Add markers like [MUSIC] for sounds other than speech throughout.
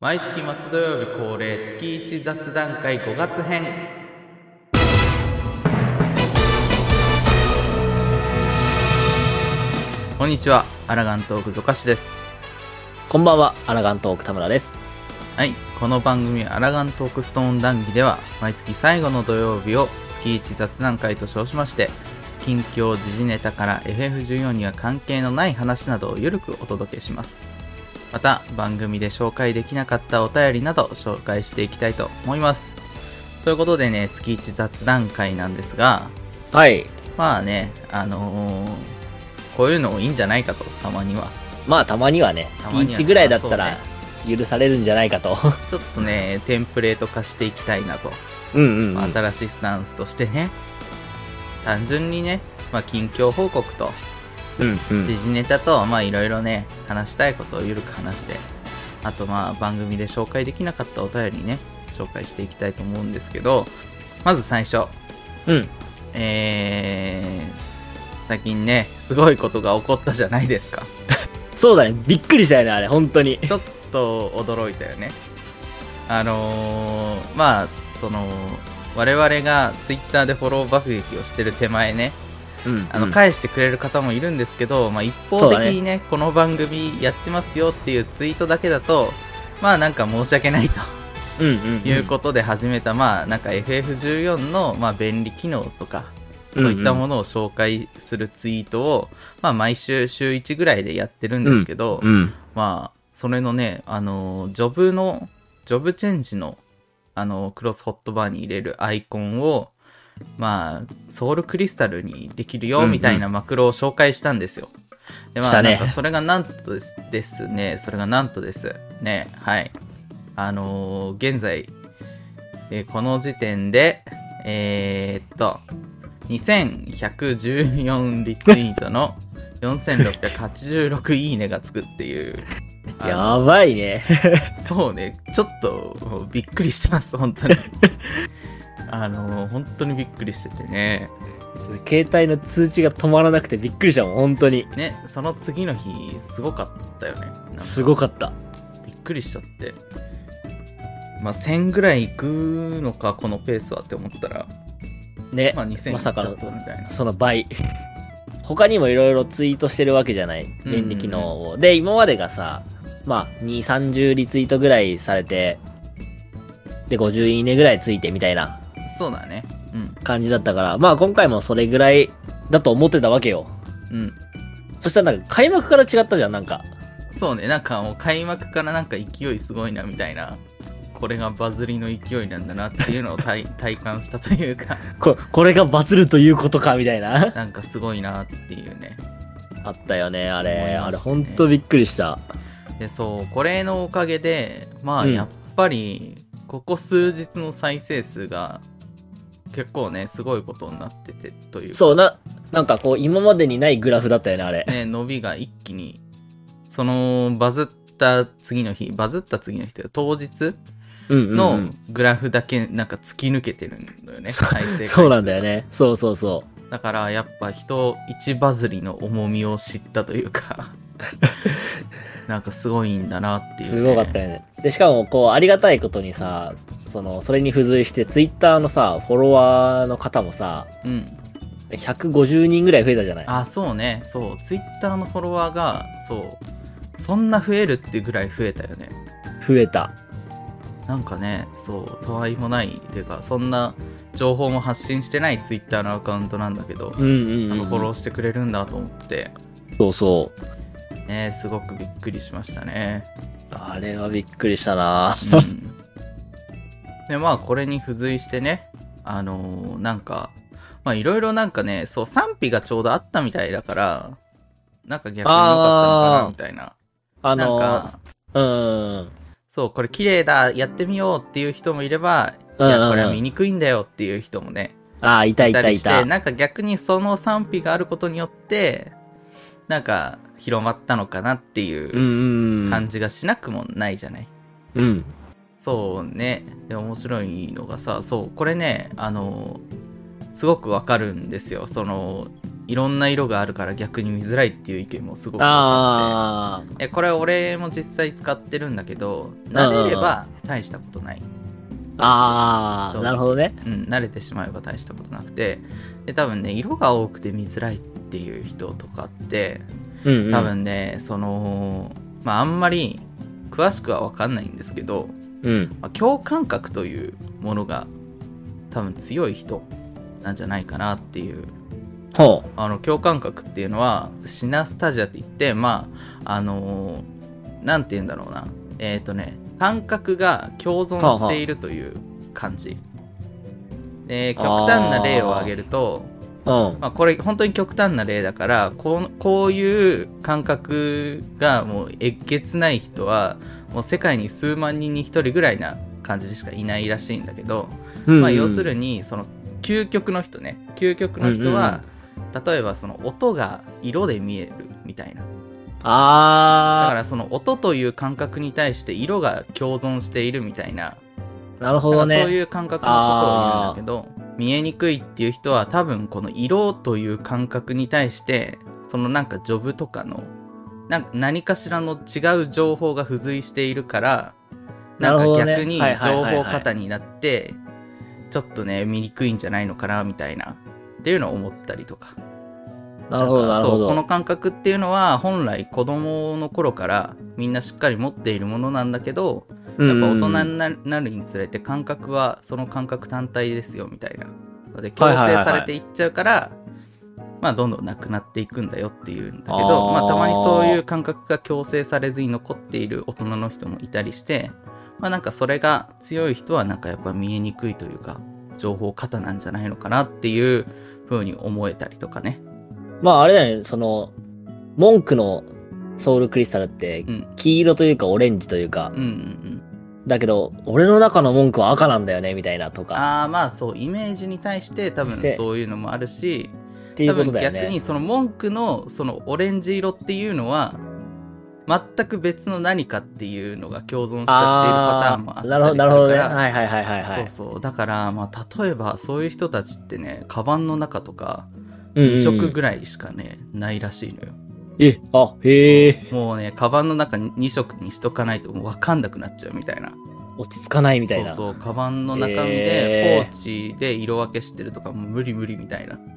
毎月末土曜日恒例月1雑談会5月編こんにちはアラガントークゾカシですこんばんは、アラガントーク田村です。はいこの番組「アラガントークストーン談義」では毎月最後の土曜日を月1雑談会と称しまして近況時事ネタから FF14 には関係のない話などをゆるくお届けしますまた番組で紹介できなかったお便りなど紹介していきたいと思いますということでね月1雑談会なんですがはい。まあねあのーこういうのもいいんじゃないかとたまにはまあ、たまにはね、た月まには1ぐらいだったまあらそ許されるんじゃないかと。ちょっとねテンプレート化していきたいなとうんうん、うん。新しいスタンスとしてね単純にね、まあ、近況報告とうんうん。時事ネタとまあいろいろね話したいことをゆるく話してあとまあ番組で紹介できなかったお便りね紹介していきたいと思うんですけどまず最初うん。えー、最近ねすごいことが起こったじゃないですかそうだね。びっくりしたよね、あれ、本当に。ちょっと驚いたよね。あのーまあ、その、我々がツイッターでフォロー爆撃をしてる手前ね、うんあの返してくれる方もいるんですけど、まあ、一方的にねこの番組やってますよっていうツイートだけだと、まあなんか申し訳ないとうんうんうん。いうことで始めた、まあなんか FF14 のまあ便利機能とか、そういったものを紹介するツイートを、まあ毎週週1ぐらいでやってるんですけど、うん。まあ、それのね、あのー、ジョブの、ジョブチェンジの、あのー、クロスホットバーに入れるアイコンを、まあ、ソウルクリスタルにできるうんよ、うんみたいなマクロを紹介したんですよ。で、ましあ、たなねんかそれがなんとですですね、それがなんとです。ね、はい。あのー現在、えーこの時点で、えーっと、2114リツイートの4686いいねがつくっていう。あのやばいね。 [LAUGHS] そうね、ちょっともうびっくりしてます、本当に。 [LAUGHS] あの、本当にびっくりしててね。携帯の通知が止まらなくてびっくりしたもん、本当に。ね、その次の日、すごかったよね。なんかすごかった。びっくりしちゃって。まあ、1000ぐらい行くのか、このペースはって思ったら、ね。まあ、2000いまっちゃさっかたのみたいな。その倍。他にもいろいろツイートしてるわけじゃない。便利機能を。で、今までがさ、まあ、2、30リツイートぐらいされて、で、50いいねぐらいついてみたいなそうだね。うん。感じだったから、まあ今回もそれぐらいだと思ってたわけよ。うん。そしたらなんか開幕から違ったじゃん、なんか。そうね、なんかもう開幕からなんか勢いすごいなみたいな。これがバズりの勢いなんだなっていうのを体 [LAUGHS] 体感したというか、ここれがバズるということか、みたいな。なんかすごいなっていうね。 [LAUGHS] あったよね、あれ。思いましたねあれほんとびっくりした。でそうこれのおかげでまあうんやっぱりここ数日の再生数が結構ねすごいことになっててというかそう、な、なんかこう今までにないグラフだったよね、あれ。ね、伸びが一気にそのバズった次の日バズった次の日というか当日うんうん、うん。のグラフだけなんか突き抜けてるんだよね、再生回数そうなんだよね。そうそうそだからやっぱ人一バズりの重みを知ったという [LAUGHS] かなんかすごいんだなってう。いう、すごかったよね。で、しかもこう、ありがたいことにさ、その、それに付随して、ツイッターのさ、フォロワーの方もさ、うん150人ぐらい増えたじゃない。あそうねそうツイッターのフォロワーがそうそんな増えるってぐらい増えたよね増えた。なんかねそうたわいもないっていうかそんな情報も発信してないツイッターのアカウントなんだけど、うんうん、うん。なんかフォローしてくれるんだと思ってそうそう。ねすごくびっくりしましたねあれはびっくりしたなうん、でまあこれに付随してねあのーなんかまあいろいろなんかねそう賛否がちょうどあったみたいだからなんか逆に良かったのかなみたいなあのなんーか、うんうん。そうこれ綺麗だやってみようっていう人もいればいうんうんうんやこれは見にくいんだよっていう人もねああ、いたいたりいしたて。なんか逆にその賛否があることによってなんか広まったのかなってうんいううんうん。感じがしなくもないじゃない、うん。そうね。で、面白いのがさ、そう、これね、あの、すごくわかるんですよ。その、いろんな色があるから逆に見づらいっていう意見もすごく多かっあてえこれ俺も実際使ってるんだけど慣れれば大したことないあ。あそあ。うなるほどね。うん、慣れてしまえば大したことなくてで多分ね色が多くて見づらいっていう人とかってうん、うん。多。分ね、そのまああんまり詳しくは分かんないんですけど、うん。まあ共感覚というものが多分強い人なんじゃないかなっていうほあの共感覚っていうのはシナスタジアって言ってまああのーなんて言うんだろうなえっ、とね感覚が共存しているという感じで極端な例を挙げるとう。うん。まあ、これ本当に極端な例だからこうこういう感覚がもうえげつない人はもう世界に数万人に一人ぐらいな感じしかいないらしいんだけど、うんまあ、要するにその究極の人ね究極の人は、例えばその音が色で見えるみたいなだかあらその音という感覚に対して色が共存しているみたいなあ。なるほだかどらそうね。いう感覚のことを言うんだけど見えにくいっていう人は多分この色という感覚に対してそのなんかジョブとかのなんか何かしらの違う情報が付随しているからなんなかるほどね逆にはいはい情はいはい報過多になってちょっとね見にくいんじゃないのかなみたいなっていうのを思ったりとかなるほど、なるほそうこど。の感覚っていうのは本来子供の頃からみんなしっかり持っているものなんだけどやっぱ大人うんになるなるにつれて感覚はその感覚単体ですよみたいなので強はいはいはい制されていっちゃうから、まあどんどんなくなっていくんだよっていうんだけどあーまあ、たまにそういう感覚が強制されずに残っている大人の人もいたりしてまあなんかそれが強い人はなんかやっぱ見えにくいというか情報過多なんじゃないのかなっていう風に思えたりとかね。まあ、あれだよね。その、文句のソウルクリスタルってうん、黄色というかオレンジというかうん、うんうん、だけど、俺の中の文句は赤なんだよね、みたいなとか。ああまあそうイメージに対して多分してそういうのもあるしっていうことだよね。多分逆にその文句のそのオレンジ色っていうのは全く別の何かっていうのが共存しちゃっているパターンもあったりすなるからるほど、なるほどね。はいはいはいはいはい。そうそうだからまあ例えばそういう人たちってねカバンの中とかうんうん2色ぐらいしかね、ないらしいのよえ、あ、へえ。もうねカバンの中に2色にしとかないともう分かんなくなっちゃうみたいな落ち着かないみたいな。そうそうカバンの中身へでーポーチで色分けしてるとかもう無理無理みたいな [LAUGHS]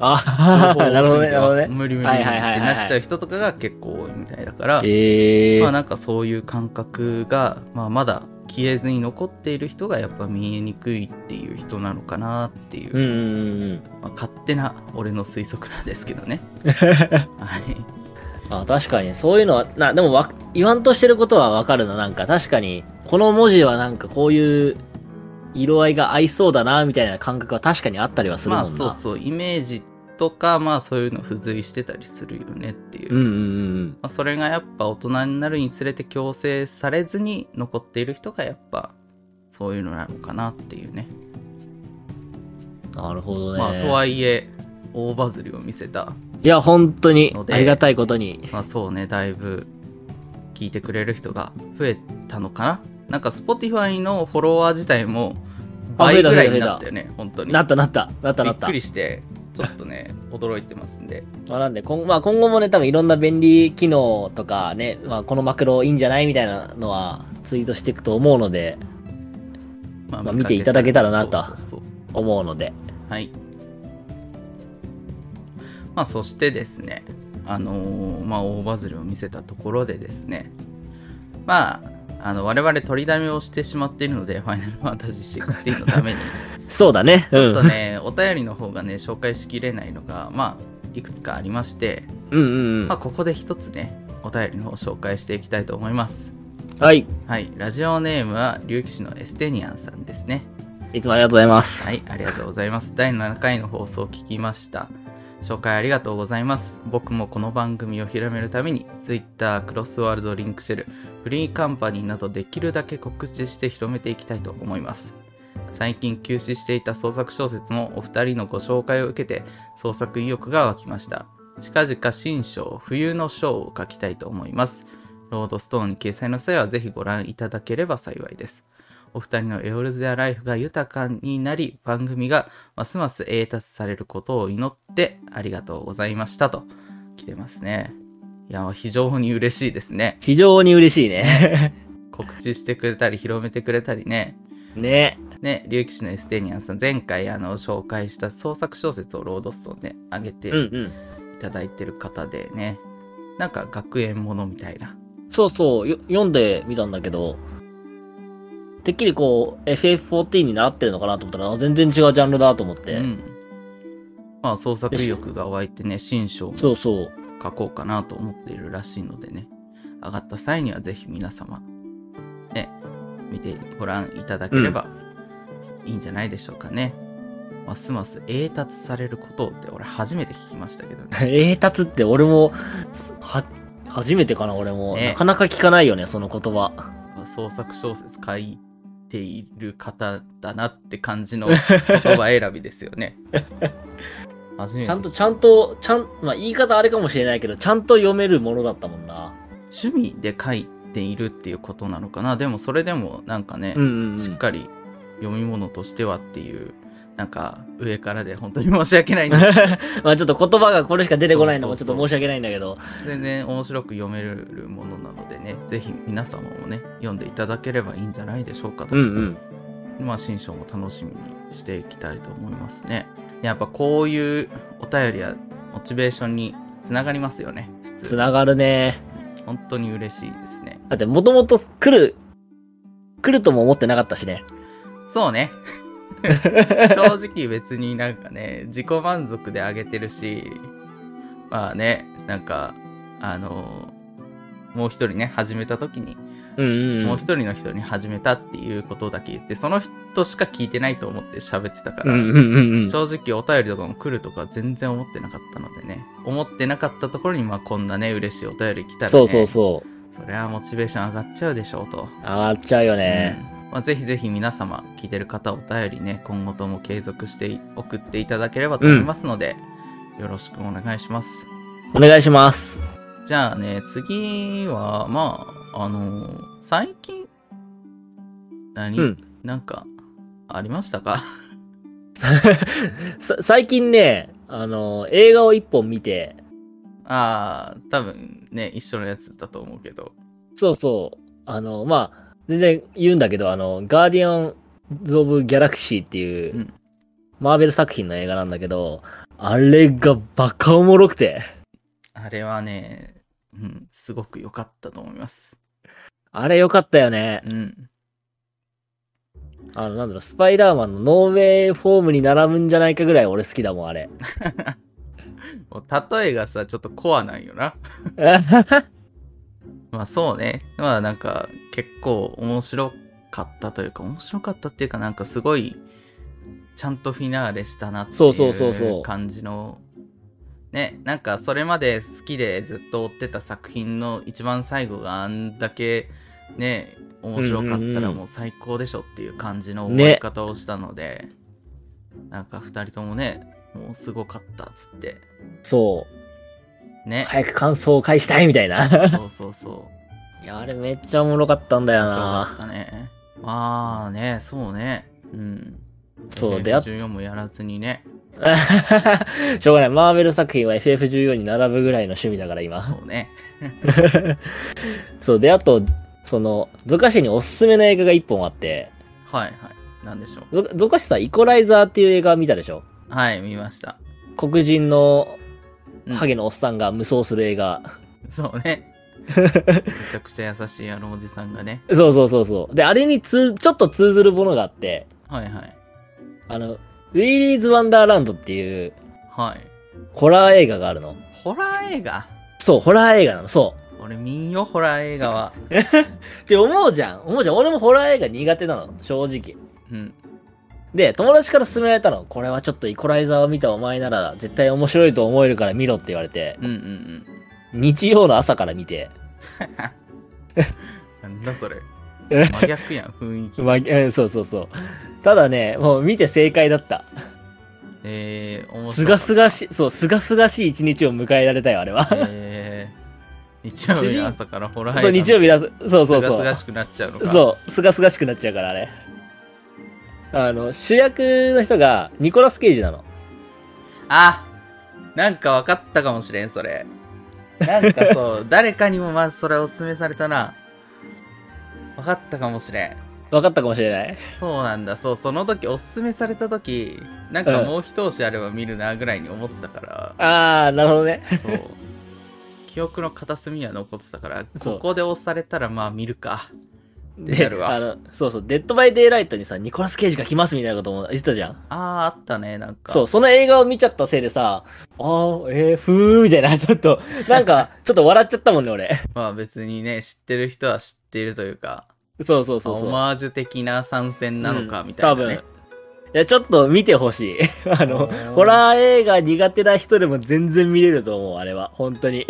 情あ、報 [LAUGHS] なるほ多すどぎね、てなるほどね。無理無理無理ってなっちゃう人とかが結構多いみたいだから、ええまあなんかそういう感覚が、まあ、まだ消えずに残っている人がやっぱ見えにくいっていう人なのかなっていう、うんうんうんうん。まあ勝手な俺の推測なんですけど [LAUGHS] ね。はい、あ、確かに、そういうのは、な、でもわ、言わんとしてることはわかるな。なんか、確かに、この文字はなんかこういう色合いが合いそうだな、みたいな感覚は確かにあったりはするもまんな。あそうそうイメージとかまあそういうの付随してたりするよねっていう。うんまうんうんあ、それがやっぱ大人になるにつれて強制されずに残っている人がやっぱそういうのなのかなっていうね。うん。なるほどね。まあ、とはいえ大バズりを見せた、いや、本当にの、でありがたいことに。まあ、そうねだいぶ聞いてくれる人が増えたのかななんか Spotify のフォロワー自体もあ増倍えたぐらい増にえたなったよね本当になったなった、なったびなっったく。りしてちょっとね驚いてますんでまあ、なんで今、まあ、今後もね、多分いろんな便利機能とかね、まあ、このマクロいいんじゃないみたいなのはツイートしていくと思うので、まあまあかけ見ていただけたらなそとうそうそう思うので。はいまあそしてですねあのーまあ大バズりを見せたところでですねまああの我々取りだめをしてしまっているので「ファイナルファンタジー16」のためにそうだね。ちょっとうん。ね、お便りの方がね、紹介しきれないのが、まあ、いくつかありまして、うんうんうんまあ、。ここで一つね、お便りの方を紹介していきたいと思います。はい。はい、ラジオネームは、竜騎士のエステニアンさんですね。いつもありがとうございます。はい、ありがとうございます。第7回の放送を聞きました。紹介ありがとうございます。僕もこの番組を広めるために、Twitter、クロスワールドリンクシェル、フリーカンパニーなどできるだけ告知して広めていきたいと思います。最近休止していた創作小説もお二人のご紹介を受けて創作意欲が湧きました。近々新章、冬の章を書きたいと思います。ロードストーンに掲載の際はぜひご覧いただければ幸いです。お二人のエオルゼアライフが豊かになり、番組がますます栄達されることを祈ってありがとうございましたと来てますね。いや、非常に嬉しいですね。非常に嬉しいね。告知してくれたり、広めてくれたりね。 [LAUGHS] ね。ね、竜騎士のエステニアンさん、前回あの紹介した創作小説をロードストーンで上げてうんういん。ただいてる方でね、なんか学園ものみたいな。そうそう、よ読んでみたんだけど、てっきりこう、FF14 に習ってるのかなと思ったら、あ全然違うジャンルだと思って。うん、まあ創作意欲が湧いてね新章もそうそう。 [LAUGHS] 書こうかなと思っているらしいのでね上がった際にはぜひ皆様ね見てご覧いただければいいんじゃないでしょうかね、ますます栄達されることをって俺初めて聞きましたけどね英達って俺も、は、初めてかな、俺も。ねなかなか聞かないよね、その言葉。創作小説書いている方だなって感じの言葉選びですよ [LAUGHS] ね初めちてゃ聞んと、いちゃんと、ちゃん、まあ、言い方あれかもしれないけど、ちゃんと読めるものだったもんな。趣味で書いているっていうことなのかなでもそれでもなんかね、うんうん、うん。しっかり読み物としてはっていうなんか上からで本当に申し訳ないん [LAUGHS] ですまあちょっと言葉がこれしか出てこないのもちそょうっそうそうと申し訳ないんだけど、全然面白く読めるものなのでねぜひ皆様もね読んでいただければいいんじゃないでしょうかと、うんうん。まあ新章も楽しみにしていきたいと思いますねやっぱこういうお便りやモチベーションにつながりますよね普つ通ながるね。本当に嬉しいですねだってもともと来る、来るとも思ってなかったしね。そう [LAUGHS] ね。正直別になんかね、自己満足であげてるし、まあね、なんか、あのもう一人ね、始めた時に、うんうん、うん。もう一人の人に始めたっていうことだけ言って、その人しか聞いてないと思って喋ってたから、うんうんうんうん。正直お便りとかも来るとか全然思ってなかったのでね、思ってなかったところに、まあこんなね、嬉しいお便り来たら、ね、そうそうそう。それはモチベーション上がっちゃうでしょうと。上がっちゃうよね。うんまあ、ぜひぜひ皆様聞いてる方お便りね今後とも継続して送っていただければと思いますので、よろしくお願いしますお願いします。じゃあね次はまああのー最近何、うんなんかありましたか [LAUGHS] さ最近ね、あの、映画を一本見て、ああ多分ね一緒のやつだと思うけどそうそう、あの、まあ、全然言うんだけど、あの、ガーディアンズ・オブ・ギャラクシーっていう、うんマーベル作品の映画なんだけど、あれがバカおもろくて、あれはねうんすごく良かったと思いますあれ良かったよね。うんあの、なんだろう、スパイダーマンのノーウェイフォームに並ぶんじゃないかぐらい俺好きだもん、あ [LAUGHS] れ。もう例えがさちょっとコアなんよなまあそうね。まあなんか結構面白かったというか、面白かったっていうかなんかすごい、ちゃんとフィナーレしたなってそうそうそうそいうう感じの、ね、なんかそれまで好きでずっと追ってた作品の一番最後があんだけね、面白かったうんうんらうんもう最高でしょっていう感じの終わり方をしたので、なんか二人ともね、もうすごかったっつって、そう。ね、早く感想を返したいみたいな。そうそうそう。いや、あれめっちゃおもろかったんだよそうだっな。たね。まあね、そうね。うん。そう FF 出会っ [LAUGHS] 14もやらずにね。しょうがない。マーベル作品は FF14 に並ぶぐらいの趣味だから今。そうね。そう。で、あと、その、ゾカシにおすすめの映画が一本あって、はいはい。なんでしょゾゾカシさ、イコライザーっていう映画見たでしょう。はい、見ました。黒人のうんハゲのおっさんが無双する映画。そうね。めちゃくちゃ優しいあのおじさんがね。そうそうそうそう。で、あれに通、ちょっと通ずるものがあって、はいはい。あの、ウィリーズ・ワンダーランドっていうはい。ホラー映画があるの。ホラー映画そう、ホラー映画なの、そ俺見んよ、ホラー映画は。う。って思うじゃん。思うじゃん。俺もホラー映画苦手なの、正直。うん。で、友達から勧められたの。これはちょっとイコライザーを見たお前なら絶対面白いと思えるから見ろって言われてう、んうんうん。 [LAUGHS] 日曜の朝から見て、なんだそれ。真逆やん、雰囲気。まあ、うんそうそうそう。ただね、もう見て正解だった。えー、面白い。すがすがし、そう、すがすがしい一日を迎えられたよ、あれは。え日曜日の朝からホラー映画そう、日曜日だ、そうそうそう。すがすがしくなっちゃうのか。そう、すがすがしくなっちゃうから、あれ。あの、主役の人がニコラス・ケイジなの。あなんか分かったかもしれん、それ。なんか [LAUGHS] そう、誰かにもまずそれおすすめされたな。分かったかもしれん。分かったかもしれない。そうなんだ、そう、その時おすすめされた時、なんかもう一押しあれば見るなぐらいに思ってたから、あー、なるほどね。 [LAUGHS] そう。記憶の片隅には残ってたから、そうここで押されたらまあ見るか。で、やるわあの、そうそう、デッド・バイ・デイ・ライトにさ、ニコラス・ケイジが来ますみたいなことも言ってたじゃん。ああ、あったね、なんか。そう、その映画を見ちゃったせいでさ、あー、えー、ふーみたいな、 [LAUGHS] ちょっと、なんか、ちょっと笑っちゃったもんね、俺。まあ別にね、知ってる人は知っているというか、そうそうそうそう。オマージュ的な参戦なのかみたいなね。うん多分いや、ちょっと見てほしい。 [LAUGHS] あの、うんホラー映画苦手な人でも全然見れると思う、あれは。本当に。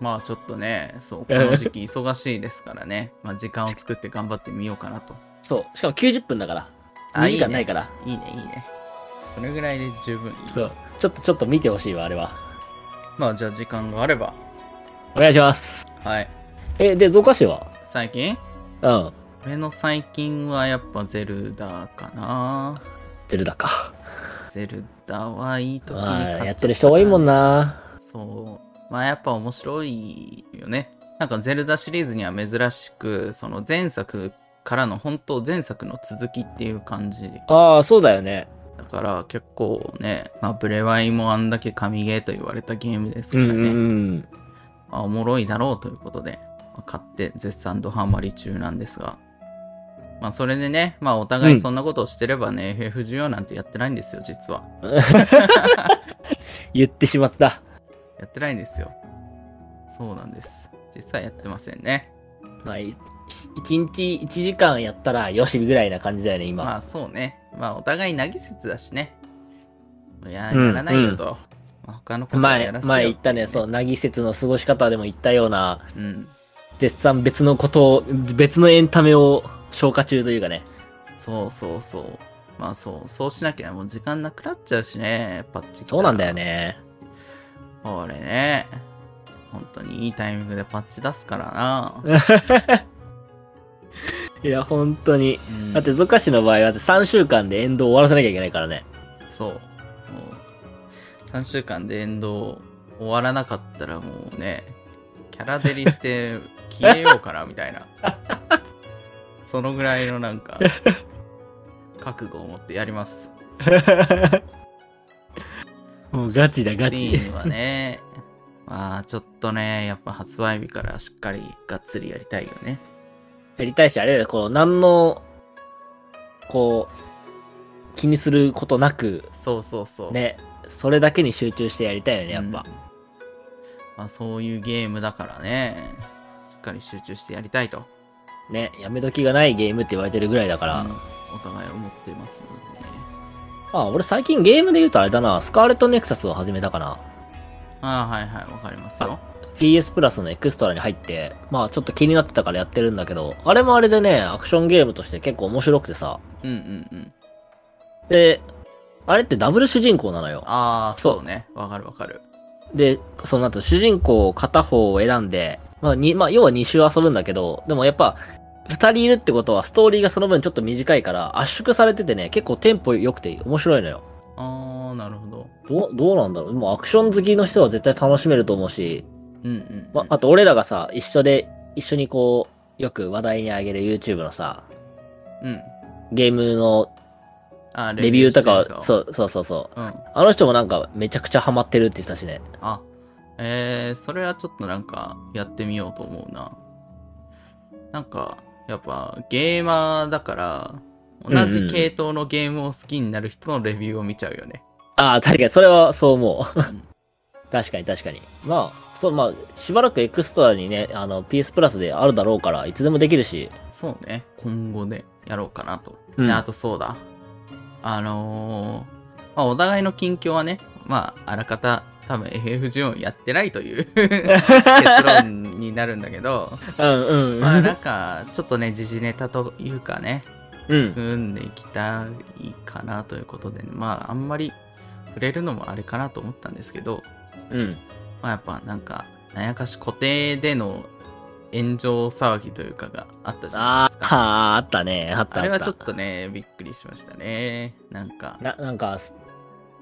まあちょっとね、そう、この時期忙しいですから [LAUGHS] ね、まあ時間を作って頑張ってみようかなと。そう。しかも90分だから。あ2時間ないから。いいね、いいね、いいね。それぐらいで十分いい。そう。ちょっと、ちょっと見てほしいわ、あれは。まあじゃあ時間があれば、お願いします。はい。え、で、増加市は最近うん。俺の最近はやっぱゼルダかな。ゼルダか。ゼルダはいい時に買まあ、やっっちゃてる人多いもんな。な。そう。まあやっぱ面白いよね。なんかゼルダシリーズには珍しく、その前作からの本当前作の続きっていう感じああ、そうだよね。だから結構ね、まあ、ブレワイもあんだけ神ゲーと言われたゲームですうからんね、うんうん。まあ、おもろいだろうということで、まあ買って絶賛ドハマり中なんですが、まあそれでね、まあお互いそんなことをしてればね、FF14 なんてやってないんですよ、実は。言ってしまった。やってないんですよ。そうなんです。実際やってませんね。まあ、い一日1時間やったらよしぐらいな感じだよね、今。まあそうね。まあお互いなぎ説だしね。いや、うんやらないよと。まあ他のことはやら前せてよ前言ったね、そう、なぎ説の過ごし方でも言ったような、うん。絶賛別のことを、別のエンタメを消化中というかね。そうそうそう。まあそう、そうしなきゃもう時間なくなっちゃうしね、パッチ来たらそうなんだよ。ね。俺ね、本当にいいタイミングでパッチ出すからな。いや、本当に。うん [LAUGHS] だって、ゾカシの場合は3週間でエンドを終わらせなきゃいけないからね。そう。もう、3週間でエンド終わらなかったらもうね、キャラデリして消えようかな、みたい [LAUGHS] な。そのぐらいのなんか、覚悟を持ってやります。もうガチだ、ガチ。 16はね、まあちょっとね、やっぱ発売日からしっかりがっつりやりたいよね。やりたいし、あれだよ、こう、何の、こう、気にすることなく、そうそうそう。ね、それだけに集中してやりたいようん、ね、やっぱ。まあそういうゲームだからね、しっかり集中してやりたいと、ね、やめ時がないゲームって言われてるぐらいだから。うんお互い思ってますのでね。あ、俺最近ゲームで言うとあれだな、スカーレットネクサスを始めたかな。ああ、はいはい、わかりますよ。 PS プラスのエクストラに入って、まあちょっと気になってたからやってるんだけど、あれもあれでね、アクションゲームとして結構面白くてさ。うんうんうん。で、あれってダブル主人公なのよ。ああ、そうそうね。わかるわかる。で、その後主人公を片方を選んで、まあに、まあ要は2周遊ぶんだけど、でもやっぱ、二人いるってことはストーリーがその分ちょっと短いから圧縮されててね、結構テンポ良くて面白いのよ。ああ、なるほど。どう、どうなんだろうもうアクション好きの人は絶対楽しめると思うし、うんうんうん。ま、あと俺らがさ、一緒で、一緒にこう、よく話題にあげる YouTube のさ、うん。ゲームのあレビューとかしてを、るそうそうそうそう。う。うん。あの人もなんかめちゃくちゃハマってるって言ってたしね。あ、えー、それはちょっとなんか、やってみようと思うな。なんか、やっぱ、ゲーマーだから、同うんじうん系統のゲームを好きになる人のレビューを見ちゃうよね。ああ、確かに、それはそう思う。ん [LAUGHS] 確かに確かに。まあ、そう、まあ、しばらくエクストラにね、あの、PS プラスであるだろうから、いつでもできるし。そうね。今後でやろうかなと。うんであとそうだ。あのーまあ、お互いの近況はね、まあ、あらかた多分 FF14 やってないと [LAUGHS] いう結論になるんだけど、うんうん。まあなんか、ちょっとね、時事ネタというかね、うん。組んでいきたいかなということで、まあ、あんまり触れるのもあれかなと思ったんですけど、うん。まあ、やっぱなんか、なんやかし固定での炎上騒ぎというかがあったじゃないあですーか。あー、あったね。あったあった。あれはちょっとね、びっくりしましたね。なんか、ななんかす、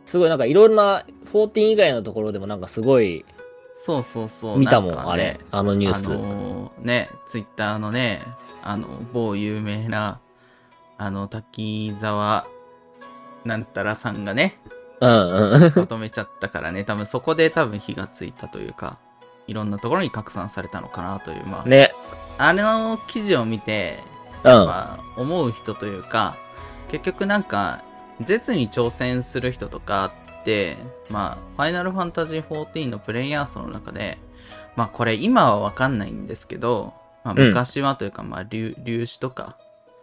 すごいなんかいろんな、14以外のところでもなんかすごいそうそうそう。見たもん、なんかあねれ、あのニュース。あのーね、ツイッターのね、あの、某有名な、あの、滝沢なんたらさんがね、うんうん。まとめちゃったからね、多分そこで多分火がついたというか、いろんなところに拡散されたのかなという、まあ、ね。あれの記事を見て、うん。まあ、思う人というか、結局なんか、絶に挑戦する人とかって、まあ、ファイナルファンタジー14のプレイヤー層の中で、まあこれ今はわかんないんですけど、まあうん昔はというか、まあ流、流子とか、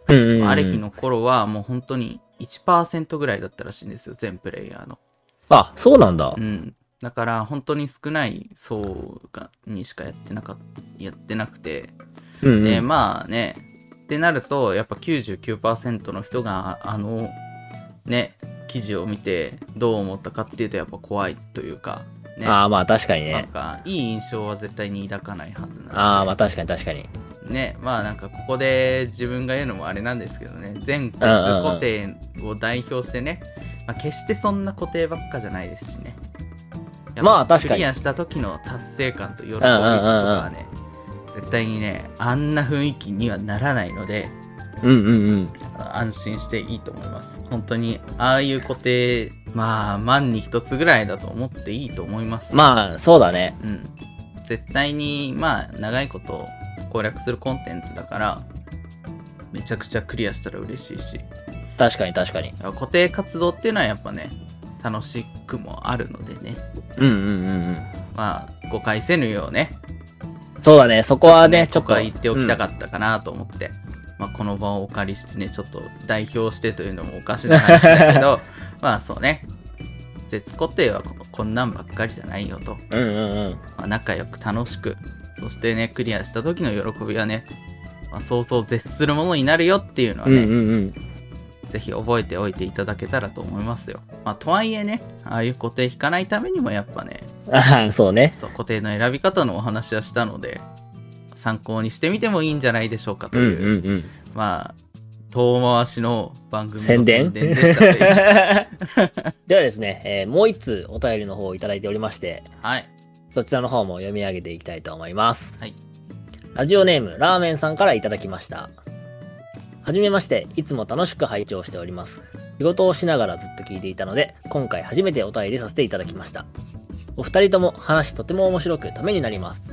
うんうんうん。あれきの頃はもう本当に1%ぐらいだったらしいんですよ、全プレイヤーの。あ、そうなんだう。ん。だから本当に少ない層が、にしかやってなかっやってなくて、うんうん。でまあねってなるとやっぱ99%の人がああのね記事を見てどう思ったかっていうとやっぱ怖いというかねああ、まあ確かになんね。かいい印象は絶対に抱かないはずなああ、まあ確かに確かに。のでねまあなんかここで自分が言うのもあれなんですけどね全国うんうんうん固定を代表してね、まあ、決してそんな固定ばっかじゃないですしねやっぱまあ確かにクリアした時の達成感と喜びとかはね、絶対にねあんな雰囲気にはならないのでうんうんうん。安心していいと思います本当にああいう固定まあ万に一つぐらいだと思っていいと思いますまあ、そうだね。うん、絶対にまあ長いこと攻略するコンテンツだからめちゃくちゃクリアしたら嬉しいし確かに確かに。固定活動っていうのはやっぱね楽しくもあるのでねうんうんうんうん。まあ誤解せぬようねそうだね。そこはね、ちょっとと。か言っておきたっかったかなと思って、まあ、この場をお借りしてねちょっと代表してというのもおかしな話だけ [LAUGHS] どまあそうね絶固定はここんなんばっかりじゃないよとた。うんうんうん。まあ、仲良く楽しくそしてねクリアした時の喜びはね、まあ、そうそう絶するものになるよっていうのはうんね、うんうん。ぜひ覚えておいていただけたらと思いますよ、まあ、とはいえねああいう固定引かないためにもやっぱねああ、そうね。 [LAUGHS] そう固定の選び方のお話はしたので参考にしてみてもいいんじゃないでしょうかとうんいうう、んうん。まあ遠回しの番組の宣伝でした [LAUGHS] というではですね、えーもう一通お便りの方をいただいておりまして、はいそちらの方も読み上げていきたいと思います。はいラジオネーム、ラーメンさんからいただきました。はじめまして、いつも楽しく拝聴しております。仕事をしながらずっと聞いていたので、今回初めてお便りさせていただきました。お二人とも話とても面白くためになります。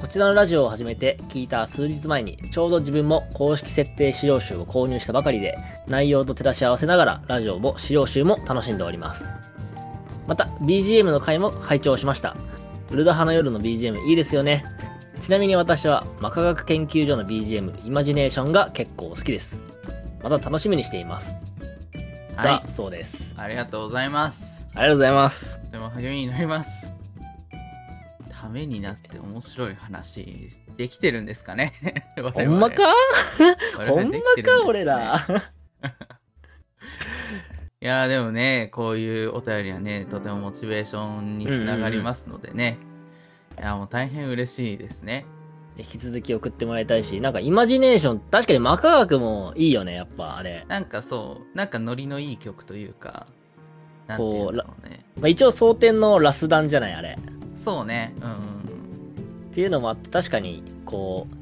こちらのラジオを始めて聞いた数日前に、ちょうど自分も公式設定資料集を購入したばかりで、内容と照らし合わせながらラジオも資料集も楽しんでおります。また、BGM の回も拝聴しました。ウルダ派の夜の BGM いいですよね。ちなみに私は、マ科学研究所の BGM、イマジネーションが結構好きです。また楽しみにしています。はだそうでいす。ありがとうございますありがとうございます。とても励みになりますためになって面白い話できてるんですかね [LAUGHS] 我ほ々んまか我々ほんまでかきてるんですね俺ら。 [LAUGHS] いやーでもねこういうお便りはねとてもモチベーションにつながりますのでね、いやーもう大変嬉しいですね引き続き送ってもらいたいし、なんかイマジネーション、確かにマ科学もいいよね、やっぱあれ。なんかそうなんかノリのいい曲というかなんていうんだろうねまあ、一応、蒼天のラスダンじゃない、あれ。そうねうんっていうのもあって、確かに、こう、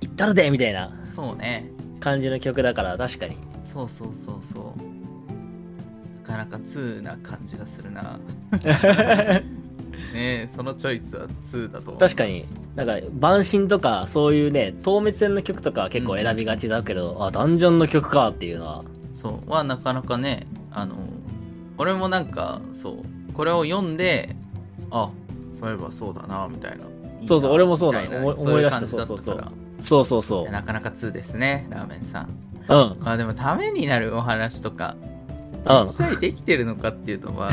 行ったるでみたいなうんそうね感じの曲だから、確かに。そうそうそうそうなかなかツーな感じがする [LAUGHS] なねえそのチョイスはツーだと思います確かになんか晩神とかそういうね透滅戦の曲とかは結構選びがちだけど、あダンジョンの曲かっていうのはそうはなかなかねあの俺もなんかそうこれを読んであそういえばそうだなみたいなそうそう俺もそうなのみい思いそうう思い出した感じだったそうそうそうからそうそうそういやなかなか2ですねラーメンさんうんまあでもためになるお話とかうん実際できてるのかっていうの [LAUGHS] は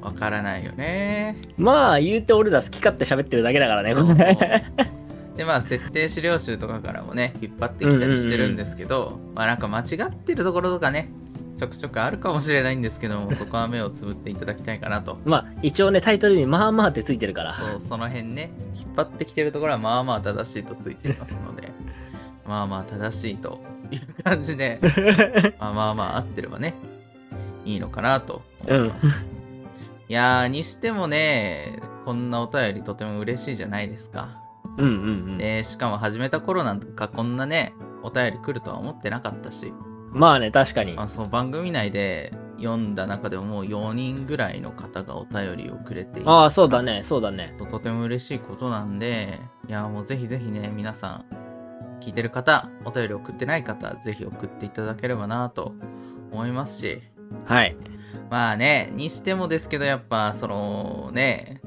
わからないよねまあ言うて俺ら好き勝手喋ってるだけだからねそうこそうれ [LAUGHS] でまあ設定資料集とかからもね引っ張ってきたりしてるんですけど、まあなんか間違ってるところとかねちょくちょくあるかもしれないんです [LAUGHS] けども、そこは目をつぶっていただきたいかなと。まあ、一応ね、タイトルにまあまあってついてるから。そうその辺ね、引っ張ってきてるところはまあまあ正しいとついていますの [LAUGHS] で、まあまあ正しいという感じ [LAUGHS] で、まあまあまあ合ってればね、いいのかなと思います。いやー、にしてもね、こんなお便りとても嬉しいじゃないですか。うんうんうん。でしかも始めた頃なんかこんなね、お便り来るとは思ってなかったし、まあね、確かに。まあ、そう番組内で読んだ中でももう4人ぐらいの方がお便りをくれていてああ、そうだね、そうだね。そうとても嬉しいことなんでいやもうぜひぜひね皆さん聞いてる方お便り送ってない方ぜひ送っていただければなと思いますしはい。まあねにしてもですけどやっぱそのね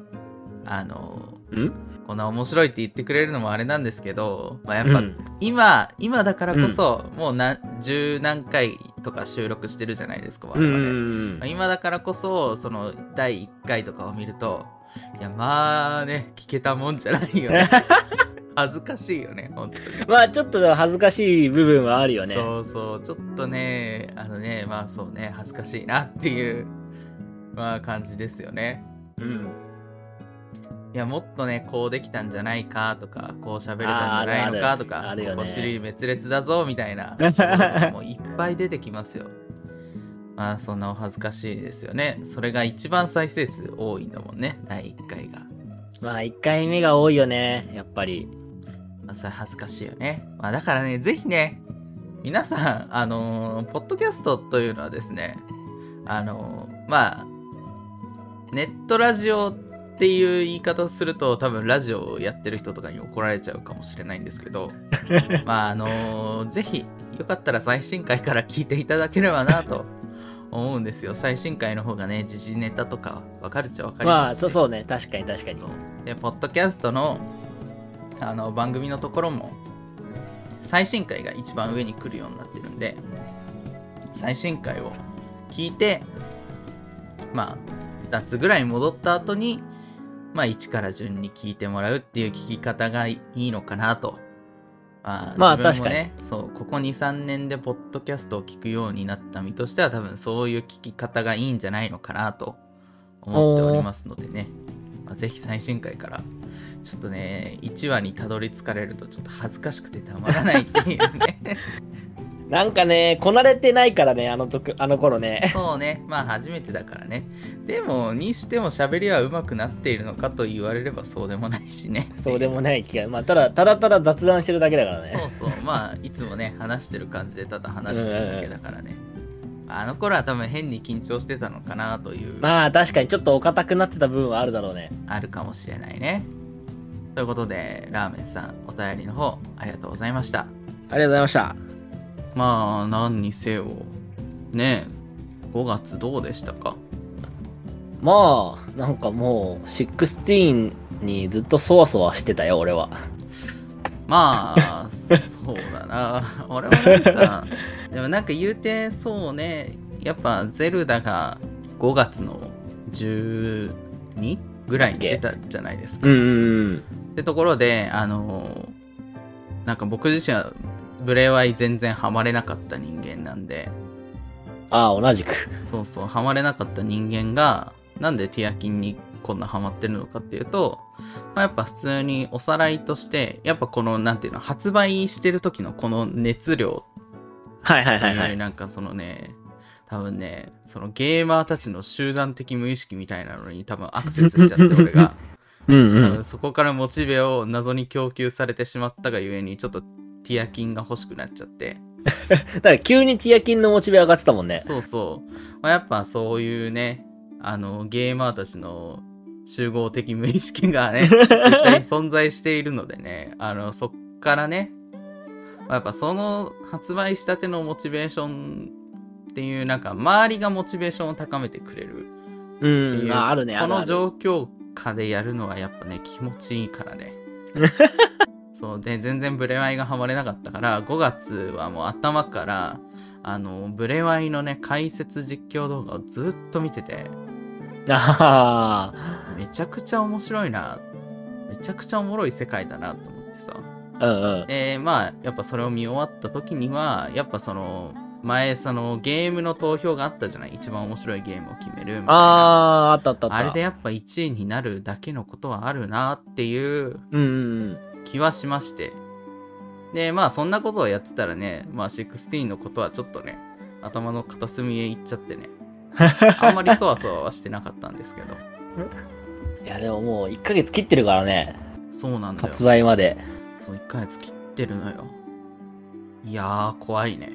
あのんこんな面白いって言ってくれるのもあれなんですけど、まあ、やっぱ、うん今今だからこそ、もうな十何回とか収録してるじゃないですか我うん々、うんうんまあ。今だからこそその第1回とかを見るといやまあね聞けたもんじゃない [LAUGHS] よね恥ずかしいよね本当にまあ、ちょっと恥ずかしい部分はあるよね。そうそうちょっとねあのねまあそうね恥ずかしいなっていうまあ感じですよねうん。いやもっとねこうできたんじゃないかとかこう喋れたんじゃないのかとあーかあるあるあるよねここ尻滅裂だぞみたいなこととかもいっぱい出てきますよまあそんなお恥ずかしいですよねそれが一番再生数多いんだもんね第1回が、まあ、1回目が多いよね、やっぱり。まあ、それ恥ずかしいよね、まあ、だからねぜひね皆さんあのーポッドキャストというのはですねあのーまあネットラジオっていう言い方をすると多分ラジオをやってる人とかに怒られちゃうかもしれないんですけ [LAUGHS] どまああのーぜひよかったら最新回から聞いていただければなと思うんですよ最新回の方がね時事ネタとか分かるっちゃ分かりままあ、すしそうそうね、確かに確かにそ。うでポッドキャストのあの番組のところも最新回が一番上に来るようになってるんで最新回を聞いてまあ夏ぐらい戻った後にまあ1から順に聞いてもらうっていう聞き方がいいいのかなと。まあ、まあ自分もねそうここ23年でポッドキャストを聞くようになった身としては多分そういう聞き方がいいんじゃないのかなと思っておりますのでね、まあ、ぜひ最新回からちょっとね1話にたどり着かれるとちょっと恥ずかしくてたまらないっていう [LAUGHS] ねなんかね、こなれてないからね、あのとくあの頃 [LAUGHS] ね。そうねまあ初めてだからねでもにしても喋りは上手くなっているのかと言われればそうでもないしねそうでもない気が。まあ、ただ、ただただ雑談してるだけだからそね。うそうまあいつもね話してる感じでただ話してるだけだからね、あの頃は多分変に緊張してたのかなという、まあ、確かにちょっとお堅くなってた部分はあるだろうね。あるかもしれないねということでラーメンさんお便りの方ありがとうございましたありがとうございました。まあ何にせよねえ5月どうでしたかまあ、なんかもう、16にずっとそわそわしてたよ、俺は。まあそうだな [LAUGHS] 俺もなんかでもなんか言うてそうねやっぱゼルダが5月の12ぐらいに出たじゃないですかうんうんってところであのなんか僕自身はブレワイ全然ハマれなかった人間なんでああ、同じく。そうそう、ハマれなかった人間が、なんでティアキンにこんなハマってるのかっていうと、まあ、やっぱ普通におさらいとして、やっぱこの、なんていうの、発売してる時のこの熱量はいはいってはいいはう、い。なんかそのね、多分ね、そのゲーマーたちの集団的無意識みたいなのに多分アクセスしちゃって、俺が。 [LAUGHS] うんう多分ん。そこからモチベを謎に供給されてしまったがゆえに、ちょっとティアキンが欲しくなっちゃって。だから急にティアキンのモチベ上がってたもんね。そうそう。まあ、やっぱそういうね、あの、ゲーマーたちの集合的無意識がね、絶対存在しているのでね、あの、そっからね、まあやっぱその発売したてのモチベーションっていう、なんか周りがモチベーションを高めてくれるうっていん。う、ああるね、あこるあのる。状況下でやるのはやっぱね、気持ちいいから [LAUGHS] ね。そうで全然ブレワイがハマれなかったから5月はもう頭からあのブレワイのね解説実況動画をずっと見ててああ。めちゃくちゃ面白いなめちゃくちゃおもろい世界だなと思ってさうんうん。でまあやっぱそれを見終わった時にはやっぱその前そのゲームの投票があったじゃない一番面白いゲームを決めるみたいなあー、あったあったあった。あれでやっぱ1位になるだけのことはあるなっていううんうん気はしましてでまあそんなことをやってたらねまあ16のことはちょっとね頭の片隅へ行っちゃって [LAUGHS] ねあんまりそわそわはしてなかったんですけどうん。いや、でももう1ヶ月切ってるからね。そうなんだよ発売ま [LAUGHS] で。そう1ヶ月切ってるのよいやー怖いね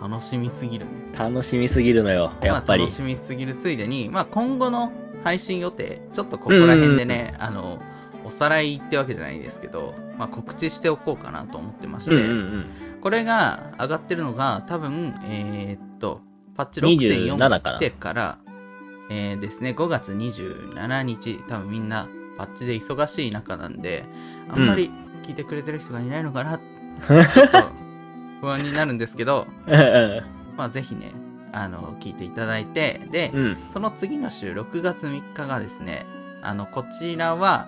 楽しみすぎるね楽しみすぎるのよ、やっぱまあ、り楽。しみすぎるついでに、まあ、今後の配信予定ちょっとここら辺でね、あのおさらいってわけじゃないですけど、まあ、告知しておこうかなと思ってまして、うんうんこれが上がってるのが多分えーっとパッチ27 6.4から来てから、えーですね5月27日多分みんなパッチで忙しい中なんであんまり聞いてくれてる人がいないの [LAUGHS] かな、ちょっと不安になるんですけどうん。まあ、ぜひね、あの、聞いていただいて、で、うん。その次の週、6月3日がですね、あの、こちらは、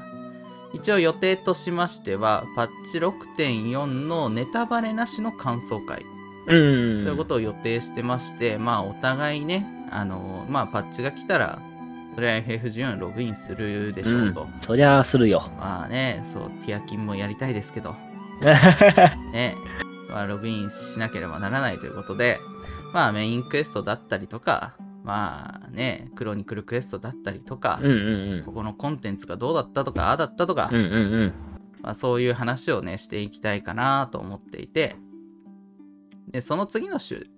一応予定としましては、パッチ6.4のネタバレなしの感想会うん。ということを予定してまして、まあ、お互いね、あの、まあ、パッチが来たら、それは FF14 にログインするでしょうと。そりゃあす [LAUGHS] るよ。まあね、そう、ティアキンもやりたいですけど、ね、まあ、ログインしなければならないということで、まあメインクエストだったりとか、まあね、クロニクルクエストだったりとかうん、うんここのコンテンツがどうだったとか、ああだったとか、うん。うんうんうん。まあそういう話をね、していきたいかなと思っていて、で、その次の週、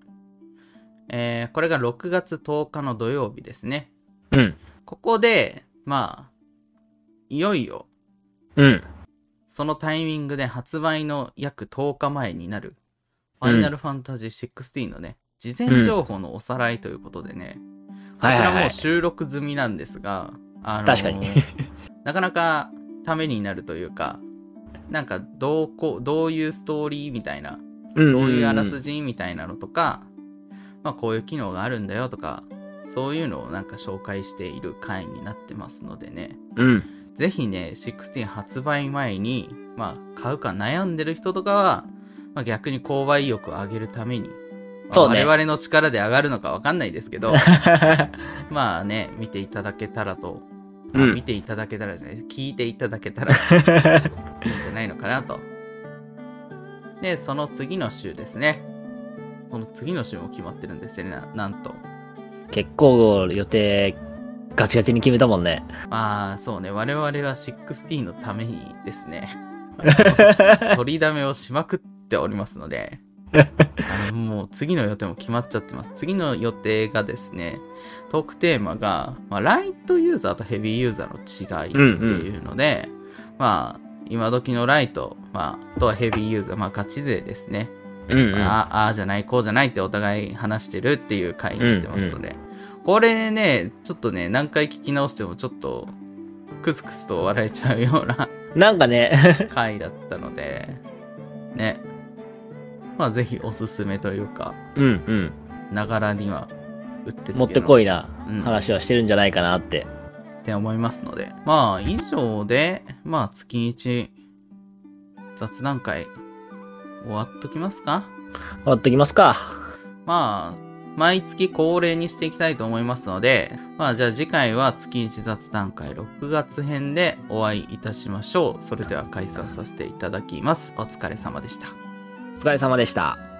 えーこれが6月10日の土曜日ですね。うん。ここで、まあ、いよいよ、うん。そのタイミングで発売の約10日前になる、ファイナルファンタジー16のね、事前情報のおさらいということでね、こはいちはらいはもうい。収録済みなんですが、あの確かに [LAUGHS] なかなかためになるというか、なんかどうこう、どういうストーリーみたいな、どうどういうあらんすじみたいなのとか、まあこういう機能があるんだよとか、そういうのをなんか紹介している回になってますのでね、うん。ぜひね、16発売前に、まあ、買うか悩んでる人とかは、まあ、逆に購買意欲を上げるために、まあそう我ね々の力で上がるのかわかんないですけ [LAUGHS] ど、まあね、見ていただけたらと、あうん見ていただけたらじゃない、聞いていただけた [LAUGHS] らいいんじゃないのかなと。で、その次の週ですね。その次の週も決まってるんですよね、ななんと。結構予定ガチガチに決めたもんね。まあ、そうね、我々は16のためにです [LAUGHS] ね。取りだめをしまくっておりますのであのもう次の予定も決まっちゃってます次の予定がですねトークテーマが、まあ、ライトユーザーとヘビーユーザーの違いっていうので、まあ今時のライト、まあ、あとはヘビーユーザー、まあ、ガチ勢ですね、うんうん。あああじゃないこうじゃないってお互い話してるっていう回になってますので、これねちょっとね何回聞き直してもちょっとクスクスと笑えちゃうよう [LAUGHS] ななんかね、回だったので、ね。まあぜひおすすめというか、うんながらにはうってうつけん。ものってこいなうん話はしてるんじゃないかなって。って思いますので。まあ以上で、まあ月一雑談会終わっときますか終わっときますか。まあ、毎月恒例にしていきたいと思いますので、まあじゃあ次回は月一雑談会6月編でお会いいたしましょう。それでは解散させていただきます。お疲れ様でした。お疲れ様でした。